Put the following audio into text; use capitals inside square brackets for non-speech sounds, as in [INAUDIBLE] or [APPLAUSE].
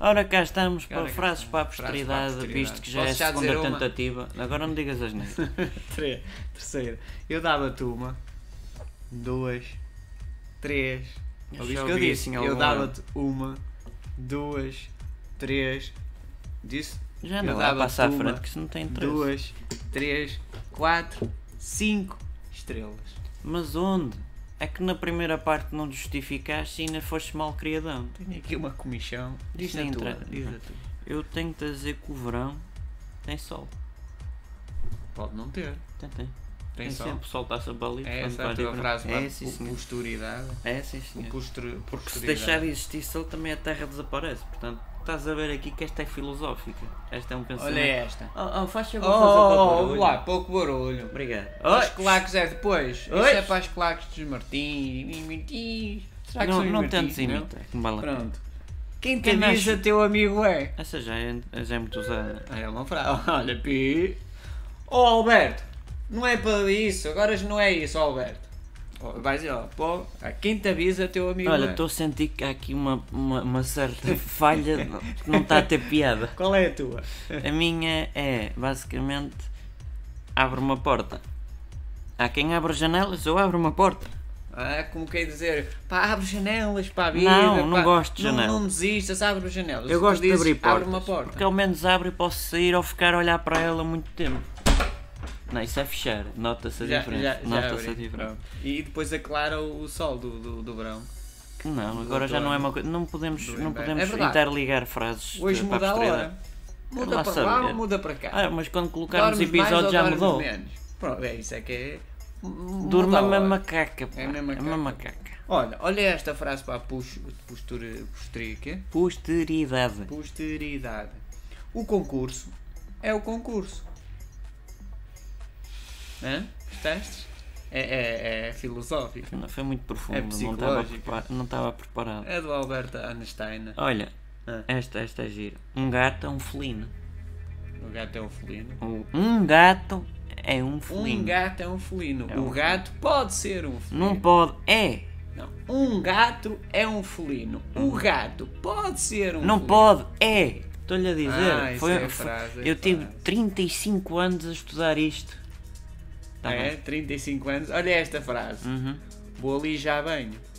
Ora, cá estamos para Ora, cá frases estamos. para a Frases para a posteridade, posteridade. visto que já é a Posso já dizer segunda uma? tentativa. Agora não digas as [LAUGHS] neiras. Tre- Terceira. Eu dava-te uma, duas, três. Eu Ouviste já o que eu ouvi disse? assim Eu alguma. dava-te uma, duas, três. Disse? Já Eu não vai dava-te passar à uma, frente, que isso não tem interesse. Duas, três, quatro, cinco estrelas. Mas onde? É que na primeira parte não justificaste e ainda foste mal criadão. Tenho aqui uma comichão. Diz Sem a tua. entrar- Diz a tua. Eu tenho-te a dizer que o verão tem sol. Pode não ter. Tem, tem. Tem só. sempre sol, está-se a balido. É essa a quando vai tua verão. frase, É, mano. sim, O senhor. posturidade. É, sim, O senhor. postur- Porque se posturidade. deixar de existir sol, também a terra desaparece. Portanto, estás a ver aqui que esta é filosófica. Esta é um pensamento. Olha esta. Oh, oh, faz favor, Oh, faz oh, favor, oh, lá, pouco barulho. Obrigado. As Oi. claques é depois. Isso Oi. é para as claques dos Martins. Martins. Será que não são os não Martins, tanto imita. que me vale a pena. Pronto. Quem te Quem avisa, nasce- teu amigo é. Essa já é, já é muito usada. Ah, É uma frase. [LAUGHS] Olha, pi. Oh, Alberto, não é para isso. Agora não é isso, Alberto. Oh, Vai dizer, ó, pô, a quem te avisa, teu amigo Olha, é. estou a sentir que há aqui uma, uma, uma certa [LAUGHS] falha que não está a ter piada. Qual é a tua? A minha é, basicamente, abre uma porta. Há quem abre janelas, eu abro uma porta. Ah, como quer dizer, pá, abre janelas para a vida. Não, não pá. gosto de Não- janelas. Não, desistas, abre janelas. Eu Tu gosto de dizes, abrir portas. Abre uma porta. Porque ao menos abro e posso sair ou ficar a olhar para ela muito tempo. Não, isso é fechar. Nota-se a Já- já- diferença. já Nota-se a abri. diferença. E depois aclara o o sol do, do, do verão. Não, agora já não é uma coisa. Não podemos, Do não inverno. podemos É verdade. interligar frases Hoje de- para muda a posteridade. hora. Muda Lá para saber. lá ou muda para cá. Ah, mas quando colocarmos Dormes mais episódio ou já dormes mudou. menos? Pronto, é isso é que é. muda Durma a uma hora. macaca. pá. É uma macaca. uma macaca. Olha, olha esta frase para a pus- postura, postura, quê? Posteridade. é? posteridade. O concurso é o concurso. Hã? Gostaste? É, é, é filosófico. Não, Foi muito profundo. É não, estava psicológico. prepar- não estava preparado. É do Albert Einstein. Olha, Ah. esta, esta é gira. Um gato é um felino. O gato é um felino. Um- Um gato é um felino. Um gato é um felino. É o um- gato pode ser um felino. Não pode. É! Não. Um gato é um felino. O gato pode ser um Hum. Não felino. pode. É! Estou-lhe a dizer. Ah, isso é foi- frase, é eu tive frase. 35 anos a estudar isto. Tá É, 35 anos. Olha esta frase. bem. Uhum. Vou ali e já banho.